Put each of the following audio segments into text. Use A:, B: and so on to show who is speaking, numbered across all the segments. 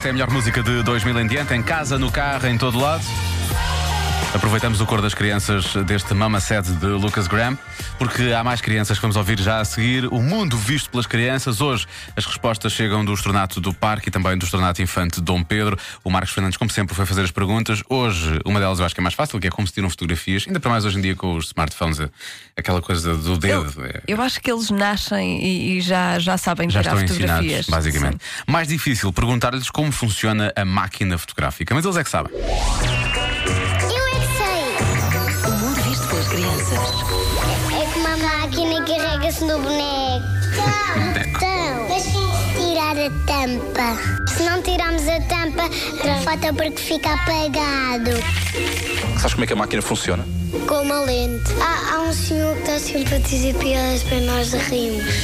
A: Tem É a melhor música de 2000 em diante, em casa, no carro, em todo lado. Aproveitamos o cor das crianças deste Mama Sede de Lucas Graham, porque há mais crianças que vamos ouvir já a seguir. O mundo visto pelas crianças. Hoje as respostas chegam do Estornato do Parque e também do Estornato Infante Dom Pedro. O Marcos Fernandes, como sempre, foi fazer as perguntas. Hoje, uma delas eu acho que é mais fácil, que é como se tiram fotografias, ainda para mais hoje em dia com os smartphones, a- aquela coisa do dedo. é-
B: Eu acho que eles nascem e, e já, já sabem
A: já
B: tirar
A: estão
B: fotografias.
A: ensinados, basicamente. Mais difícil perguntar-lhes como funciona a máquina fotográfica, mas eles é que sabem.
C: Eu é que
D: O
C: sei.
D: mundo visto pelas crianças.
C: É que uma máquina carrega-se no boneco. Então, deixem tirar a tampa. Se não tirarmos a tampa, refota porque fica apagado.
E: Sabes como é que a máquina funciona?
C: Com uma lente. Há, há um senhor que está sempre a dizer piadas para nós rirmos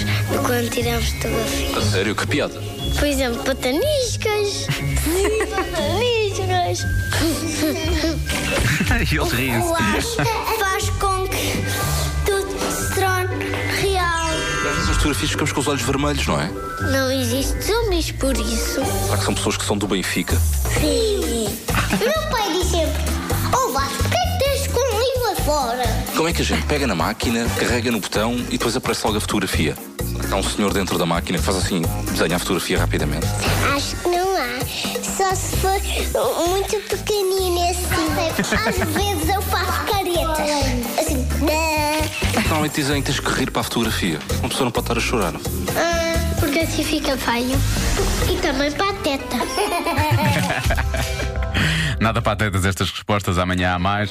C: quando tiramos fotografia.
E: A sério, que piada.
C: Por exemplo, pataniscas. pataniscas.
A: e eles
C: O ar faz com que tudo se torne real.
E: Às vezes as fotografias ficamos com os olhos vermelhos, não é?
C: Não existe zumbis por isso.
E: Será que são pessoas que são do Benfica?
C: Sim. Meu pai diz sempre: Ô Vasco, porquê que tens com um livro fora?
E: Como é que a gente pega na máquina, carrega no botão e depois aparece logo a fotografia? Será que há um senhor dentro da máquina que faz assim, desenha a fotografia rapidamente?
C: Acho que não há. Só se for muito pequenina assim. Às vezes eu faço caretas. Assim.
E: Normalmente dizem que tens que rir para a fotografia. Uma pessoa não pode estar a chorar.
C: porque assim fica feio. E também pateta.
A: Nada patetas estas respostas, amanhã há mais.